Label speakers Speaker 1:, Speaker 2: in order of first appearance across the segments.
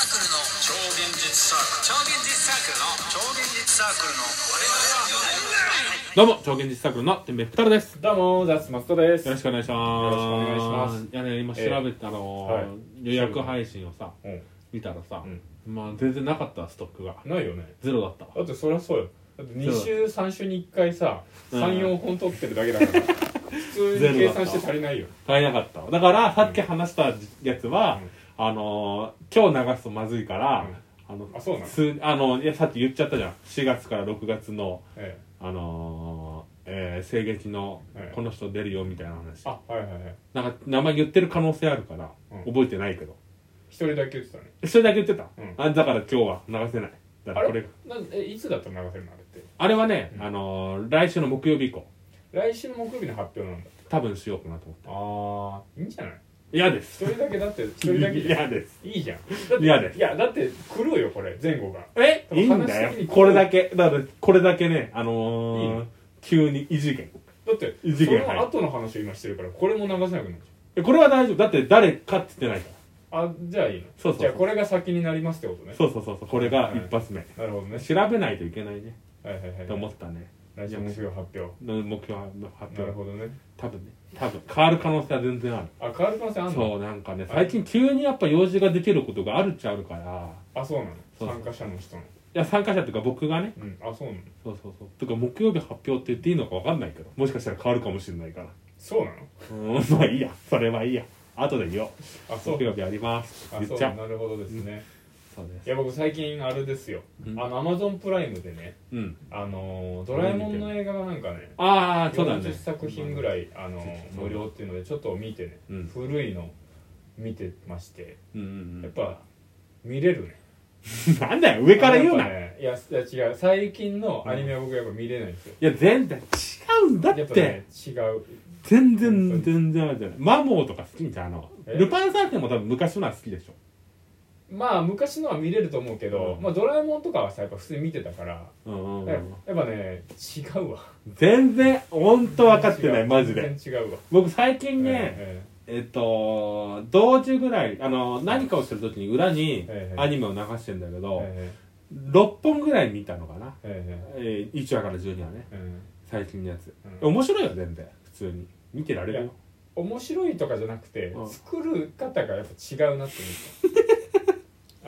Speaker 1: 超現実サークル超現実サークルの超現実サークルの我々は
Speaker 2: どうも超現実サークルの天命プタルです
Speaker 3: どうもザッツマストです
Speaker 2: よろしくお願いします
Speaker 3: よろしくお願いします
Speaker 2: いやね今調べたの、
Speaker 3: はい
Speaker 2: 予約配信をさ
Speaker 3: うん
Speaker 2: 見たらさ、
Speaker 3: うん
Speaker 2: まあ全然なかったストックが
Speaker 3: ないよね
Speaker 2: ゼロだったわ
Speaker 3: だってそりゃそうよだって2
Speaker 2: そう
Speaker 3: 週3週に1回さ
Speaker 2: うん
Speaker 3: 34本撮ってるだけだから普通に計算して足りないよ
Speaker 2: 買えなかったわだからさっき話したやつは、
Speaker 3: うん
Speaker 2: あのー今日流すとまずいから、あの
Speaker 3: あそうなの
Speaker 2: すあのいやさっき言っちゃったじゃん4月から6月の
Speaker 3: え
Speaker 2: あのーえー、西劇の
Speaker 3: はい
Speaker 2: この人出るよみたいな話、
Speaker 3: えあはいはいはい
Speaker 2: なんか名前言ってる可能性あるから、
Speaker 3: うん
Speaker 2: 覚えてないけど
Speaker 3: 一人だけ言ってたね
Speaker 2: それだけ言ってた、
Speaker 3: うん
Speaker 2: あだから今日は流せないだか
Speaker 3: あ
Speaker 2: らこれ
Speaker 3: れ
Speaker 2: が
Speaker 3: なんえいつだったら流せるのあれって
Speaker 2: あれはね、
Speaker 3: うん
Speaker 2: あのー来週の木曜日以降
Speaker 3: 来週の木曜日の発表なんだ
Speaker 2: 多分しようかなと思って
Speaker 3: ああいいんじゃない
Speaker 2: 嫌です
Speaker 3: 一人だけ だって一人だけじゃん
Speaker 2: 嫌です
Speaker 3: いいじゃんだって
Speaker 2: 嫌です
Speaker 3: いやだって狂うよこれ前後が
Speaker 2: え
Speaker 3: でも
Speaker 2: いいんだ
Speaker 3: 話的
Speaker 2: よ
Speaker 3: に
Speaker 2: これだけだからこれだけねあのー
Speaker 3: いい
Speaker 2: 急に異次元
Speaker 3: だって
Speaker 2: 異
Speaker 3: そ
Speaker 2: 次元
Speaker 3: の後の話を今してるからこれも流せなくなっちゃう
Speaker 2: えこれは大丈夫だって誰かって言ってないから
Speaker 3: あじゃあいいの
Speaker 2: そうそうそう
Speaker 3: じゃあこれが先になりますってことね
Speaker 2: そうそうそうそうこれが一発目、
Speaker 3: なるほどね
Speaker 2: 調べないといけないね
Speaker 3: はいはいはい
Speaker 2: と思ったね
Speaker 3: 来週の目標発表
Speaker 2: の目標の発
Speaker 3: な
Speaker 2: 表
Speaker 3: るほどね
Speaker 2: 多分ね多分変わる可能性は全然ある
Speaker 3: あ変わる可能性あんの
Speaker 2: そうなんかね最近急にやっぱ用事ができることがあるっちゃあるから
Speaker 3: あそうなの
Speaker 2: そうそう
Speaker 3: 参加者の人の
Speaker 2: いや参加者というか僕がね
Speaker 3: うんあそうなの
Speaker 2: そうそうそうとか木曜日発表って言っていいのか分かんないけどもしかしたら変わるかもしれないから
Speaker 3: そうなの
Speaker 2: うーんまあいいやそれはいいや後で言おう
Speaker 3: あそう
Speaker 2: 木曜日あります
Speaker 3: あ
Speaker 2: 言
Speaker 3: そ
Speaker 2: っ
Speaker 3: う
Speaker 2: ちゃう
Speaker 3: なるほどですね
Speaker 2: そうです
Speaker 3: いや僕最近あれですよあ
Speaker 2: うん
Speaker 3: のアマゾンプライムでね
Speaker 2: うん
Speaker 3: あのードラえもんの映画がなんかね
Speaker 2: ああそうだね
Speaker 3: 40作品ぐらいあのー
Speaker 2: そう
Speaker 3: 無料っていうのでちょっと見てね
Speaker 2: うん
Speaker 3: 古いの見てまして
Speaker 2: うんうんう
Speaker 3: やっ
Speaker 2: ん
Speaker 3: ぱ見れるね
Speaker 2: なんだよ上から言うな
Speaker 3: あやっぱねいやいや違う最近のアニメは僕やっぱ見れないんですよ
Speaker 2: いや全然違うんだっ
Speaker 3: やっぱ
Speaker 2: て
Speaker 3: ね違う
Speaker 2: 全然全然あれじゃないマモーとか好きじゃんあの
Speaker 3: え
Speaker 2: ルパン三世も多分昔のは好きでしょ
Speaker 3: まあ昔のは見れると思うけど、
Speaker 2: うん
Speaker 3: まあ、ドラえもんとかはさやっぱ普通に見てたから、
Speaker 2: うんうんう
Speaker 3: やっ
Speaker 2: ん
Speaker 3: ぱね違うわ
Speaker 2: 全然本当分かってない
Speaker 3: 違
Speaker 2: うマジで
Speaker 3: 全然違うわ
Speaker 2: 僕最近ね、
Speaker 3: え
Speaker 2: えっと同時ぐらいあの何かをしてる時に裏に
Speaker 3: ええ
Speaker 2: アニメを流してんだけ
Speaker 3: え
Speaker 2: ど、
Speaker 3: え
Speaker 2: 6本ぐらい見たのかな、
Speaker 3: ええ
Speaker 2: えー、1話から12話ね
Speaker 3: ええ
Speaker 2: 最近のやつ、
Speaker 3: うん
Speaker 2: 面白いよ全然普通に見てられる
Speaker 3: い
Speaker 2: よ
Speaker 3: や面白いとかじゃなくて、
Speaker 2: うん
Speaker 3: 作る方がやっぱ違うなって思った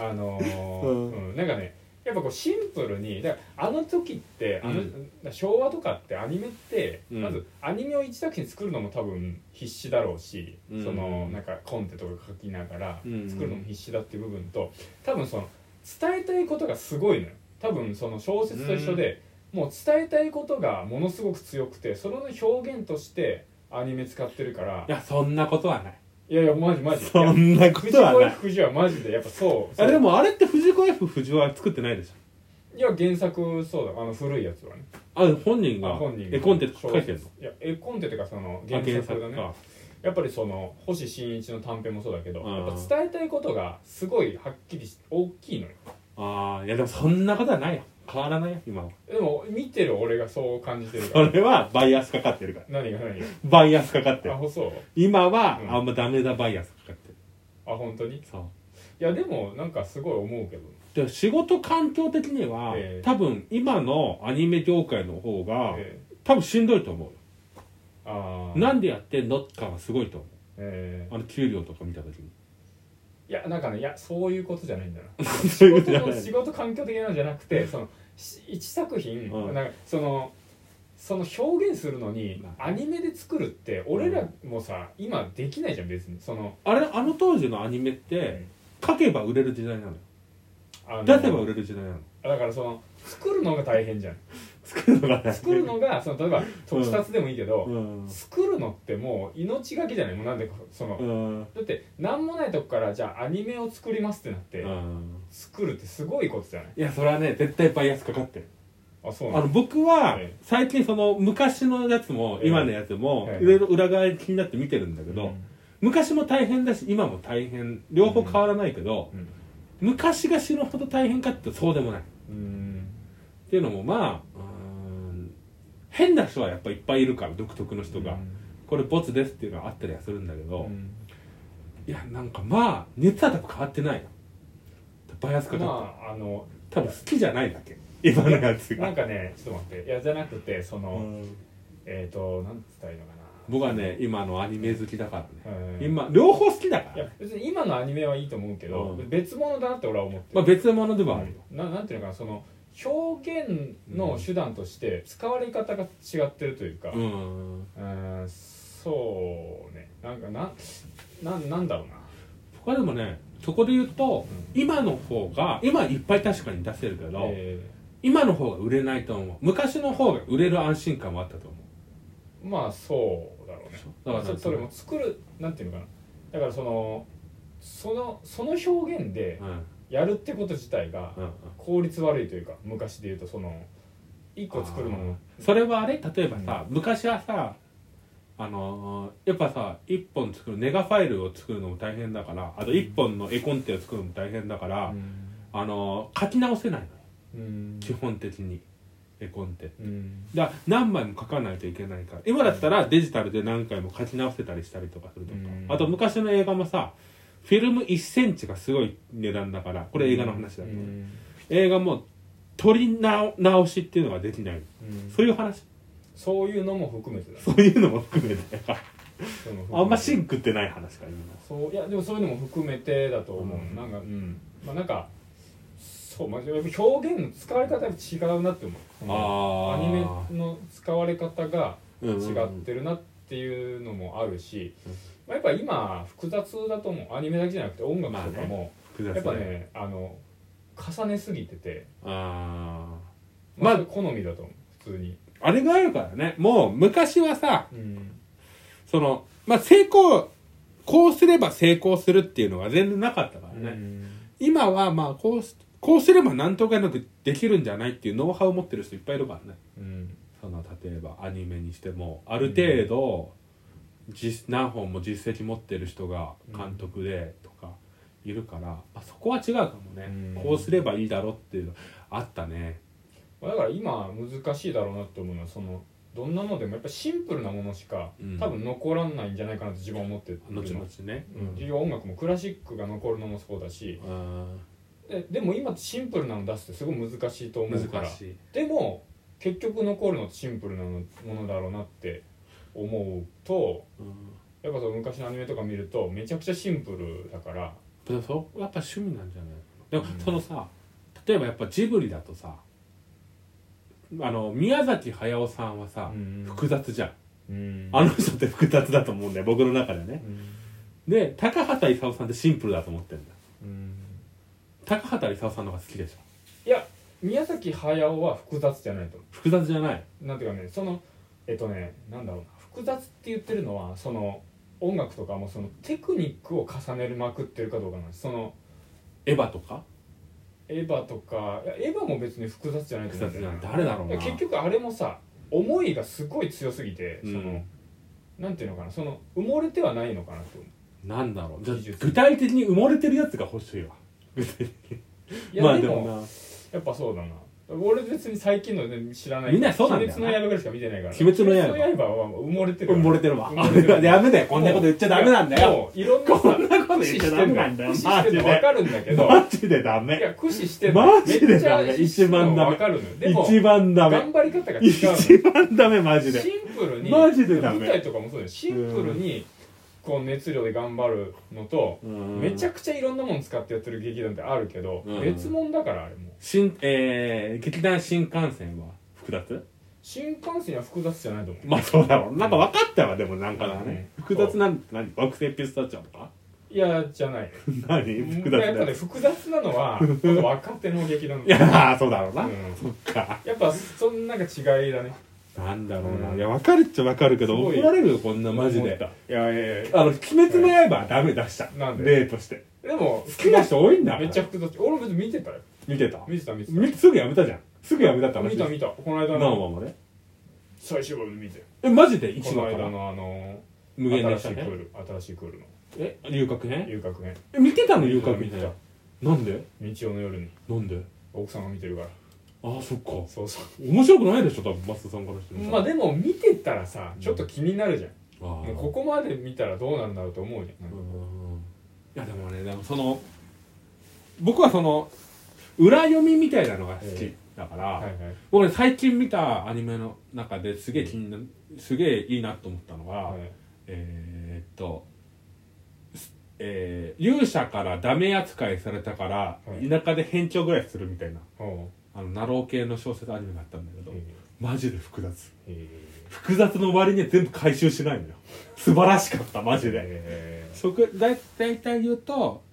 Speaker 3: あのー
Speaker 2: うん
Speaker 3: うんなんかねやっぱこうシンプルにだからあの時ってあの、
Speaker 2: う
Speaker 3: 昭和とかってアニメって、
Speaker 2: うん
Speaker 3: まずアニメを一作品作るのも多分必死だろうし、
Speaker 2: うん
Speaker 3: そのなんかコンテとか書きながら
Speaker 2: うん
Speaker 3: 作るのも必死だっていう部分と多分その伝えたいことがすごいのよ多分その小説と一緒で、もう伝えたいことがものすごく強くてそれの表現としてアニメ使ってるから
Speaker 2: いやそんなことはない
Speaker 3: いやいやマジマジ
Speaker 2: そんなこ
Speaker 3: 藤
Speaker 2: とは
Speaker 3: 子
Speaker 2: ない
Speaker 3: F 不二はマジでやっぱそう
Speaker 2: あ
Speaker 3: そう
Speaker 2: れでもあれって藤子 F 不二雄は作ってないでしょ
Speaker 3: いや原作そうだあの古いやつはね
Speaker 2: あ本人
Speaker 3: あ
Speaker 2: が
Speaker 3: 本人が
Speaker 2: 絵コンテンツ書いてるの
Speaker 3: いや絵コンテっていうかその
Speaker 2: あ
Speaker 3: 原作だね
Speaker 2: か
Speaker 3: やっぱりその星新一の短編もそうだけど、
Speaker 2: うん
Speaker 3: やっぱ伝えたいことがすごいはっきりし大きいのよ
Speaker 2: ああいやでもそんなことはないよ変わらないよ今は
Speaker 3: でも見てる俺がそう感じてるか
Speaker 2: そ
Speaker 3: ら
Speaker 2: れはバイアスかかってるから
Speaker 3: 何が何が
Speaker 2: バイアスかかってる
Speaker 3: あそう
Speaker 2: 今は
Speaker 3: うん
Speaker 2: あんまダメだバイアスかかってる
Speaker 3: あ本当にい
Speaker 2: そう
Speaker 3: やでもなんかすごい思うけど
Speaker 2: で仕事環境的には、
Speaker 3: ええ
Speaker 2: 多分今のアニメ業界の方が、
Speaker 3: え
Speaker 2: 多分しんどいと思うよ、
Speaker 3: ー、ああ
Speaker 2: なんでやってんのかはすごいと思
Speaker 3: え
Speaker 2: うあの給料とか見た時に
Speaker 3: ー、いやなんかねいやそういうことじゃないんだな
Speaker 2: そういうことじゃな
Speaker 3: 仕事
Speaker 2: い
Speaker 3: の仕事環境的なのじゃなくてそのし一作品、
Speaker 2: うん
Speaker 3: なんかそのその表現するのに
Speaker 2: ま
Speaker 3: アニメで作るって俺らもさ今できないじゃん別にその
Speaker 2: あれあの当時のアニメって、書けば売れる時代なのよ
Speaker 3: あの
Speaker 2: 出せば売れる時代なの
Speaker 3: だからその作るのが大変じゃん
Speaker 2: 作るのがね
Speaker 3: 作るのがその例えば特撮でもいいけど、
Speaker 2: うん
Speaker 3: 作るのってもう命がけじゃないもうなんでその、
Speaker 2: うん
Speaker 3: だって何もないとこからじゃあアニメを作りますってなって、
Speaker 2: うん
Speaker 3: 作るってすごいことじゃない
Speaker 2: いやそれはね絶対バイアスかかってる
Speaker 3: あそうな
Speaker 2: あ
Speaker 3: の
Speaker 2: の僕は
Speaker 3: ええ
Speaker 2: 最近その昔のやつも
Speaker 3: ええ
Speaker 2: 今のやつも
Speaker 3: ええ
Speaker 2: いろいろ裏側気になって見てるんだけど昔も大変だし今も大変両方変わらないけど
Speaker 3: うん
Speaker 2: 昔が死ぬほど大変かってそうでもないっ
Speaker 3: うん
Speaker 2: ていうのもまあうーん変な人はやっぱいっぱいいるから独特の人が、これボツですっていうのはあったりはするんだけ
Speaker 3: う
Speaker 2: ど、
Speaker 3: ん
Speaker 2: いやなんかまあ熱は多分変わってないな倍安くなった、
Speaker 3: まああの
Speaker 2: 多分好きじゃないだけ今のやつ
Speaker 3: な
Speaker 2: が
Speaker 3: んかねちょっと待っていやじゃなくてそうの、
Speaker 2: ん
Speaker 3: えっ、ー、となんつったらいいのかな
Speaker 2: 僕はね今のアニメ好きだからね、
Speaker 3: うん
Speaker 2: 今両方好きだか
Speaker 3: い
Speaker 2: ら
Speaker 3: や
Speaker 2: ね
Speaker 3: 別に今のアニメはいいと思うけど、
Speaker 2: うん
Speaker 3: 別物だなって俺は思って
Speaker 2: まあ別のものではあるよ、
Speaker 3: ななんていうのかなその表現の手段として使われ方が違ってるというか、
Speaker 2: うん
Speaker 3: うーんそうねなんかなななんだろうな
Speaker 2: 僕はでもねそこで言うと、
Speaker 3: う
Speaker 2: 今の方が今いっぱい確かに出せるけど、
Speaker 3: え
Speaker 2: 今の方が売れないと思う昔の方が売れる安心感はあったと思
Speaker 3: ーまあそうだろうね
Speaker 2: うだから
Speaker 3: そそれも作るなんていうのかなだからそのそのその表現で
Speaker 2: うんうん
Speaker 3: やるってこと自体が
Speaker 2: うん
Speaker 3: 効率悪いというか昔で言うとその一個作るもの
Speaker 2: それはあれ例えばさ、昔はさあのーやっぱさ1本作るネガファイルを作るのも大変だからあと1本の絵コンテを作るのも大変だから、
Speaker 3: うん
Speaker 2: あのー書き直せないのよ
Speaker 3: うん
Speaker 2: 基本的に絵コンテって
Speaker 3: うん
Speaker 2: だから何枚も書かないといけないから今だったらデジタルで何回も書き直せたりしたりとかするとか、
Speaker 3: うん
Speaker 2: あと昔の映画もさフィルム1センチがすごい値段だからこれ映画の話だけど、
Speaker 3: うん
Speaker 2: 映画も撮り直直しっていうのができない
Speaker 3: うん
Speaker 2: そういう話
Speaker 3: そういうのも含めてだ
Speaker 2: そういうのも含めて
Speaker 3: そういうのも含めて
Speaker 2: あんまシンクってない話か今
Speaker 3: そういやでもそういうのも含めてだと思う、
Speaker 2: うん
Speaker 3: なんかうんまあなんかそう、まあ、やっぱ表現の使われ方が違うなって思う
Speaker 2: あ
Speaker 3: アニメの使われ方が
Speaker 2: メ
Speaker 3: 違ってるなっていうのもあるし、まあ、やっぱ今複雑だと思うアニメだけじゃなくて音楽とかも、
Speaker 2: 複雑
Speaker 3: やっぱねあの重ねすぎてて、
Speaker 2: あー
Speaker 3: ま
Speaker 2: ま
Speaker 3: あ、
Speaker 2: あ
Speaker 3: 好みだと思う普通に、
Speaker 2: あれがあるからねもう昔はさ
Speaker 3: うん
Speaker 2: その、まあ、成功、こうすれば成功するっていうのが全然なかったからね。今は、まあ、こうす、こうすればなんとかなくできるんじゃないっていうノウハウを持ってる人いっぱいいるからね。
Speaker 3: うん
Speaker 2: その、例えばアニメにしても、ある程度、実何本も実績持ってる人が監督でとかいるから、まあ、そこは違うかもね、
Speaker 3: うん
Speaker 2: こうすればいいだろっていうのあったね
Speaker 3: まあ、だから今難しいだろうなって思うのはそのどんなのでもやっぱシンプルなものしか、
Speaker 2: うん
Speaker 3: 多分残らないんじゃないかなって自分は思ってるの
Speaker 2: 後々ね、
Speaker 3: うん自分は音楽もクラシックが残るのもそうだし
Speaker 2: うん
Speaker 3: ででも今シンプルなの出すってすごい難しいと思うから
Speaker 2: 難しい
Speaker 3: でも結局残るのってシンプルなのものだろうなって思うと
Speaker 2: うん
Speaker 3: やっぱその昔のアニメとか見るとめちゃくちゃシンプルだから
Speaker 2: でもそこやっぱ趣味なんじゃないでも
Speaker 3: うん
Speaker 2: そのさ、例えばやっぱジブリだとさあの宮崎駿さんはさ、
Speaker 3: うん
Speaker 2: 複雑じゃん
Speaker 3: うん
Speaker 2: あの人って複雑だと思うんだよ僕の中でね
Speaker 3: うん
Speaker 2: で高畑勲さんってシンプルだと思ってるんだ
Speaker 3: うん
Speaker 2: 高畑勲さんの方が好きでしょ
Speaker 3: いや宮崎駿は複雑じゃないと思う
Speaker 2: 複雑じゃない
Speaker 3: なんていうかねそのえっとねなんだろうな複雑って言ってるのはその音楽とかもそのテクニックを重ねるまくってるかどうかなんですその
Speaker 2: エヴァとか
Speaker 3: エヴァとかいやエヴァも別に複雑じゃないと
Speaker 2: 複
Speaker 3: 思う
Speaker 2: 雑
Speaker 3: んだ
Speaker 2: じゃ
Speaker 3: よ
Speaker 2: ない誰
Speaker 3: ね
Speaker 2: だろう
Speaker 3: いや
Speaker 2: な
Speaker 3: 結局あれもさ思いがすごい強すぎてその、
Speaker 2: うん
Speaker 3: なんていうのかなその埋もれてはないのかなって思
Speaker 2: なんだろうじゃあ
Speaker 3: 技術
Speaker 2: 具体的に埋もれてるやつが欲しいわ
Speaker 3: ういや、
Speaker 2: まあ
Speaker 3: で
Speaker 2: で
Speaker 3: も
Speaker 2: もな
Speaker 3: やっぱそうだな俺別に最近の、ね、知らない
Speaker 2: みんなそうなんだよな
Speaker 3: 鬼滅の刃ぐらいしか見てないから
Speaker 2: 鬼滅の刃
Speaker 3: 鬼滅の刃は埋もれてる
Speaker 2: 埋
Speaker 3: よ
Speaker 2: もれてるわ
Speaker 3: 埋もれて る
Speaker 2: ダメだよこんなこと言っちゃダメなんだよ
Speaker 3: もういろんなさ
Speaker 2: こんなこと
Speaker 3: 駆
Speaker 2: 言っ
Speaker 3: 使
Speaker 2: ち
Speaker 3: し
Speaker 2: ゃ
Speaker 3: て
Speaker 2: ダ
Speaker 3: ん
Speaker 2: メ
Speaker 3: だ
Speaker 2: な
Speaker 3: よ
Speaker 2: んだよマ
Speaker 3: 駆使して
Speaker 2: ジ
Speaker 3: んの
Speaker 2: で
Speaker 3: 分かるんだけど
Speaker 2: マジでダ
Speaker 3: い
Speaker 2: メ
Speaker 3: や駆使してんの
Speaker 2: マジ
Speaker 3: め
Speaker 2: で
Speaker 3: っちゃ
Speaker 2: ダメ一番ダ
Speaker 3: 分
Speaker 2: メ
Speaker 3: かるのよでも
Speaker 2: 一番ダメ
Speaker 3: 頑張り方が違う
Speaker 2: 一番ダメマジ
Speaker 3: の
Speaker 2: で
Speaker 3: シンプルに
Speaker 2: マジでダメ
Speaker 3: 舞台とかもそうだよシンプルにこう熱量で頑張るのとめちゃ
Speaker 2: く
Speaker 3: くちゃいろんなもの使ってやってる劇団ってあるけど
Speaker 2: うん
Speaker 3: 別物だからあれも
Speaker 2: 新えー、劇団新幹線は複雑
Speaker 3: 新幹線は複雑じゃないと思う
Speaker 2: まあそうだろうなんか分かったわでもなんかだね、
Speaker 3: うん
Speaker 2: 複雑なんて何惑星ピスタチオとか
Speaker 3: いやじゃない
Speaker 2: 何複雑
Speaker 3: やっぱ
Speaker 2: だ
Speaker 3: ね
Speaker 2: よ
Speaker 3: 複雑なの はほんと若手の劇団
Speaker 2: いやーそうだろう
Speaker 3: う
Speaker 2: な、
Speaker 3: ん
Speaker 2: そっか
Speaker 3: やっぱそんなんか違いだね
Speaker 2: なんだろうな、
Speaker 3: うん
Speaker 2: いや分かるっちゃ分かるけど
Speaker 3: すごい
Speaker 2: 怒られるよこんなマジ
Speaker 3: 思っ
Speaker 2: で
Speaker 3: たいやいやいや
Speaker 2: あの「鬼滅の刃」はダメ出した
Speaker 3: なんで
Speaker 2: 例として
Speaker 3: でも
Speaker 2: 好きな人多いんだから
Speaker 3: めっちゃ複雑俺も別に見てたよ
Speaker 2: 見てた
Speaker 3: 見てた見てた
Speaker 2: みすぐやめたじゃんすぐやめたって話
Speaker 3: 見た見たこの間
Speaker 2: 何
Speaker 3: の
Speaker 2: 話まで
Speaker 3: 最終話見て
Speaker 2: えマジで
Speaker 3: こ
Speaker 2: 一
Speaker 3: の
Speaker 2: 話か
Speaker 3: 間
Speaker 2: ら
Speaker 3: のあの
Speaker 2: 無限
Speaker 3: 新
Speaker 2: 列
Speaker 3: し
Speaker 2: 車
Speaker 3: いクー
Speaker 2: ね
Speaker 3: ル新しいクールの
Speaker 2: え遊郭編
Speaker 3: 遊郭編
Speaker 2: え見てたの遊郭編
Speaker 3: 見てた
Speaker 2: なんで
Speaker 3: 日曜の夜に
Speaker 2: なんで
Speaker 3: 奥さんが見てるから
Speaker 2: ああそっか
Speaker 3: そうそ
Speaker 2: 面白くないでしょ多分マスターさんからして
Speaker 3: う
Speaker 2: みた
Speaker 3: ま
Speaker 2: ら
Speaker 3: あでも見てたらさちょっと気になるじゃん
Speaker 2: あ
Speaker 3: も
Speaker 2: ー
Speaker 3: うここまで見たらどうなるんだろうと思うじゃ
Speaker 2: うん
Speaker 3: ん
Speaker 2: うんうんいやでもねでもその僕はその裏読みみたいなのが好き
Speaker 3: え
Speaker 2: だから、
Speaker 3: はいはい
Speaker 2: 僕ね最近見たアニメの中ですげえ気になすげえいいなと思ったのが、
Speaker 3: はい
Speaker 2: えーっと、すえー勇者からダメ扱いされたから、
Speaker 3: はい
Speaker 2: 田舎で返帳ぐらいするみたいな
Speaker 3: ほ
Speaker 2: あのナロー系の小説アニメがあったんだけ
Speaker 3: う
Speaker 2: ど、
Speaker 3: え
Speaker 2: マジで複雑
Speaker 3: ええ
Speaker 2: 複雑の割には全部回収しないのよ素晴らしかったマ
Speaker 3: え
Speaker 2: ジで
Speaker 3: え
Speaker 2: 職だ大体言うと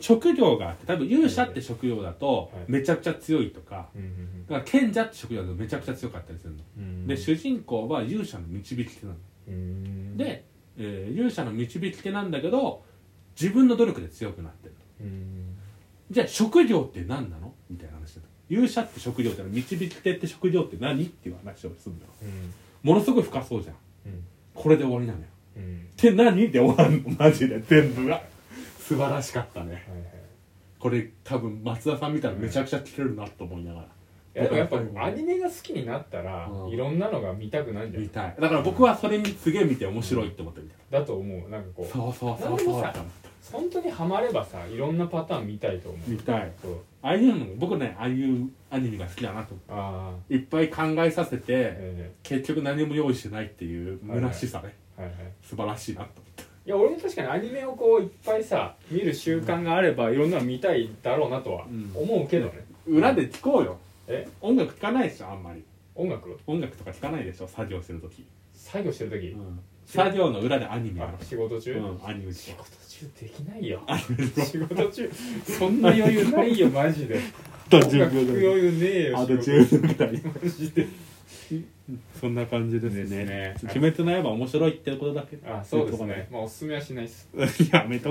Speaker 2: 職業があって多分勇者って職業だと
Speaker 3: はい
Speaker 2: めちゃくちゃ強いとか,、
Speaker 3: えうんうん
Speaker 2: だから賢者って職業だとめちゃくちゃ強かったりするの、
Speaker 3: うん
Speaker 2: で主人公は勇者の導き手なの
Speaker 3: うん
Speaker 2: で、えー勇者の導き手なんだけど自分の努力で強くなってる
Speaker 3: うん
Speaker 2: じゃあ職業って何なのみたいな話だ勇者って職業ってのは導き手って職業って何っていう話をするのよ
Speaker 3: うん
Speaker 2: ものすごい深そうじゃん
Speaker 3: うん
Speaker 2: これで終わりなのよ
Speaker 3: うん
Speaker 2: って何で終わんのマジで全部が素晴らしかったね
Speaker 3: はいはい
Speaker 2: これ多分松田さん見たらめちゃくちゃ切れるなと思いながら、
Speaker 3: いやでもやっぱアニメが好きになったら、
Speaker 2: うん
Speaker 3: いろんなのが見たくなるんじゃな
Speaker 2: 見
Speaker 3: い
Speaker 2: たいだから僕はそれにすげえ見て面白いって思ってみた、
Speaker 3: だと思うなんかこう
Speaker 2: そうそうそうん
Speaker 3: なで
Speaker 2: そう
Speaker 3: も
Speaker 2: だっ
Speaker 3: さ
Speaker 2: た
Speaker 3: 本当にハマればさいろんなパターン見たいと思う
Speaker 2: 見たい
Speaker 3: そう
Speaker 2: ああいうのも僕ねああいうアニメが好きだなと思
Speaker 3: ああ
Speaker 2: ういっぱい考えさせて、
Speaker 3: え
Speaker 2: 結局何も用意してないっていう虚しさね、
Speaker 3: えはいはい
Speaker 2: 素晴らしいなと思った
Speaker 3: いや俺も確かにアニメをこういっぱいさ見る習慣があればいろんなの見たいだろうなとは
Speaker 2: うん
Speaker 3: 思うけどね、
Speaker 2: 裏で聞こうよ
Speaker 3: え
Speaker 2: 音楽聞かないでしょあんまり
Speaker 3: 音楽
Speaker 2: 音楽とか聞かないでしょ作業してる時、
Speaker 3: 作業してる時
Speaker 2: う、ん、作業の裏でアニメや
Speaker 3: あ
Speaker 2: ろ
Speaker 3: 仕事中、
Speaker 2: うん、アニメ
Speaker 3: 仕事中できないよ仕事中そんな余裕ないよマ ジで
Speaker 2: と
Speaker 3: 音楽聞く余裕ねえよ
Speaker 2: あと
Speaker 3: 仕事
Speaker 2: 10分くらい
Speaker 3: マジで
Speaker 2: そんな感じですね
Speaker 3: ですね
Speaker 2: 鬼滅の刃面白いってことだけ
Speaker 3: あそうですねまあおすすめはしないです
Speaker 2: やめと